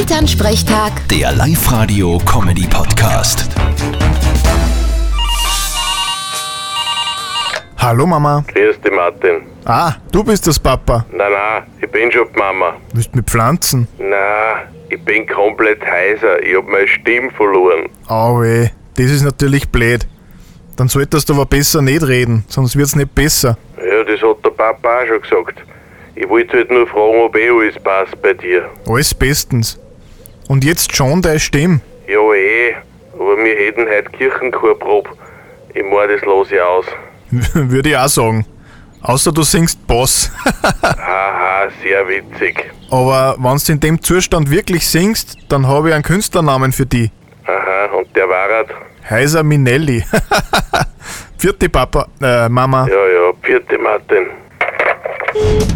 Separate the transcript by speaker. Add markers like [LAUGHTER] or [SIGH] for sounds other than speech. Speaker 1: Elternsprechtag,
Speaker 2: Der Live-Radio-Comedy-Podcast.
Speaker 3: Hallo Mama.
Speaker 4: Grüß dich, Martin.
Speaker 3: Ah, du bist das Papa.
Speaker 4: Na, na, ich bin schon die Mama.
Speaker 3: Willst mit Pflanzen?
Speaker 4: Na, ich bin komplett heiser. Ich hab meine Stimme verloren.
Speaker 3: Auwe, das ist natürlich blöd. Dann solltest du aber besser nicht reden, sonst wird's nicht besser.
Speaker 4: Ja, das hat der Papa auch schon gesagt. Ich wollte halt nur fragen, ob eh alles passt bei dir.
Speaker 3: Alles bestens. Und jetzt schon deine Stimme. [LAUGHS]
Speaker 4: Ja, eh. Aber wir hätten heute Kirchenchorprobe. Ich mein, das lass ich aus.
Speaker 3: Würde ich auch sagen. Außer du singst Boss.
Speaker 4: Haha, sehr witzig.
Speaker 3: Aber wenn's in dem Zustand wirklich singst, dann habe ich einen Künstlernamen für die.
Speaker 4: Aha, und der Warat?
Speaker 3: Heiser Minelli. [LAUGHS] Vierte Papa, äh, Mama.
Speaker 4: Ja, ja, vierte Martin.